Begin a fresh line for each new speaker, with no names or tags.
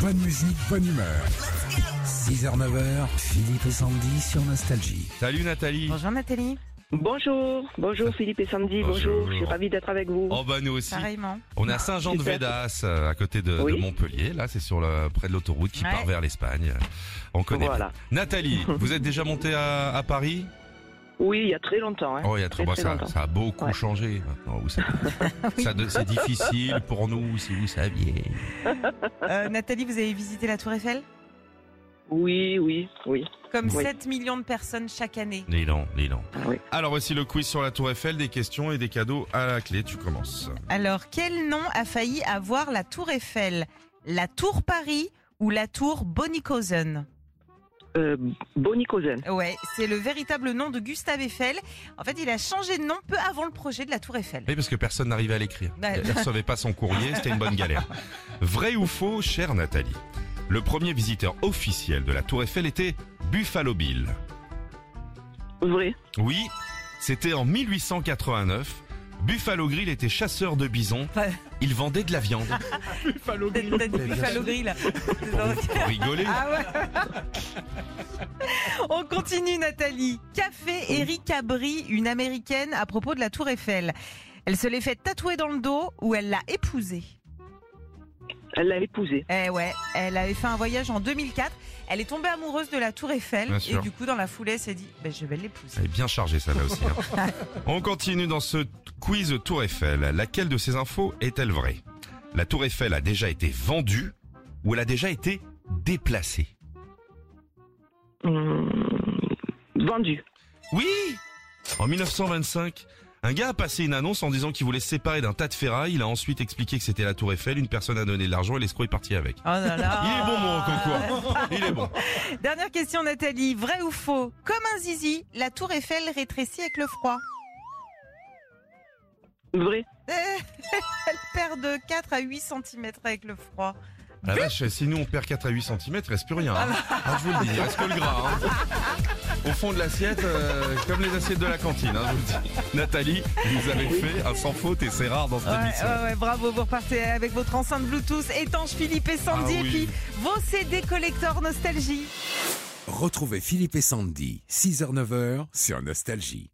Bonne musique, bonne humeur. 6h, 9h, Philippe et Sandy sur Nostalgie.
Salut Nathalie.
Bonjour Nathalie,
Bonjour, bonjour Philippe et Sandy, bonjour,
Bonjour.
je suis ravie d'être avec vous.
Oh bah nous aussi.
pareillement.
On est à Saint-Jean-de-Védas, euh, à côté de, de
Oui.
Montpellier. Là, c'est sur le, près de l'autoroute qui
Ouais.
part vers l'Espagne. On connaît. bien.
Voilà.
Nathalie, vous êtes déjà montée à, à Paris
Oui, il y a très longtemps. Hein.
Oh, il y a
Très,
bah,
très
ça,
longtemps.
ça a beaucoup
Ouais.
changé. maintenant, vous savez. Ça de- c'est difficile pour nous, si vous saviez.
Euh, Nathalie, vous avez visité la Tour Eiffel
Oui, oui, oui.
Comme
Oui.
7 millions de personnes chaque année.
Les lents, les lents.
Ah oui.
Alors voici le quiz sur la Tour Eiffel, des questions et des cadeaux à la clé. Tu commences.
Alors, quel nom a failli avoir la Tour Eiffel La Tour Paris ou la Tour Bonnykozen
Euh, Bonnie Cousin.
Ouais, c'est le véritable nom de Gustave Eiffel. En fait, il a changé de nom peu avant le projet de la Tour Eiffel.
Oui, parce que personne n'arrivait à l'écrire.
Ouais.
Elle recevait pas son courrier, c'était une bonne galère. Vrai ou faux, chère Nathalie Le premier visiteur officiel de la Tour Eiffel était Buffalo Bill.
Vrai.
Oui, c'était en 1889. Buffalo Grill était chasseur de bisons.
Ouais.
Il vendait de la viande. Buffalo
T'as- T'as dit Buffalo Grill. là.
Pour, vous- pour rigoler.
Ah ouais. On continue Nathalie. Café Erika Abri, une américaine à propos de la Tour Eiffel. Elle se l'est fait tatouer dans le dos ou elle l'a épousée.
Elle l'a épousé.
Eh ouais, elle avait fait un voyage en 2004. Elle est tombée amoureuse de la Tour Eiffel
Bien
et
sûr.
du coup dans la foulée elle s'est dit Ben, je vais l'épouser.
Elle est bien chargée celle-là aussi. hein. On continue dans ce quiz Tour Eiffel. Laquelle de ces infos est-elle vraie La Tour Eiffel a déjà été vendue ou elle a déjà été déplacée
Hum, vendu.
Oui En 1925, un gars a passé une annonce en disant qu'il voulait se séparer d'un tas de ferraille. Il a ensuite expliqué que c'était la Tour Eiffel. Une personne a donné de l'argent et l'escroc est parti avec.
Oh là là.
Il est bon, mon concours. Il est bon.
Dernière question Nathalie, vrai ou faux Comme un zizi, la Tour Eiffel rétrécit avec le froid.
Vrai.
Eh, Elle perd de 4 à 8 cm avec le froid.
La vache, si nous on perd 4 à 8 cm, il reste plus rien. hein. Ah, je vous le dis, il reste que le gras. hein. Au fond de l'assiette, euh, comme les assiettes de la cantine, hein, je vous le dis. Nathalie, vous avez fait un sans faute et c'est rare dans cette
Ouais,
émission.
ouais, ouais, bravo, vous repartez avec votre enceinte Bluetooth étanche Philippe et Sandy
Ah oui.
et puis vos CD collector nostalgie.
Retrouvez Philippe et Sandy, 6h, 9h sur Nostalgie.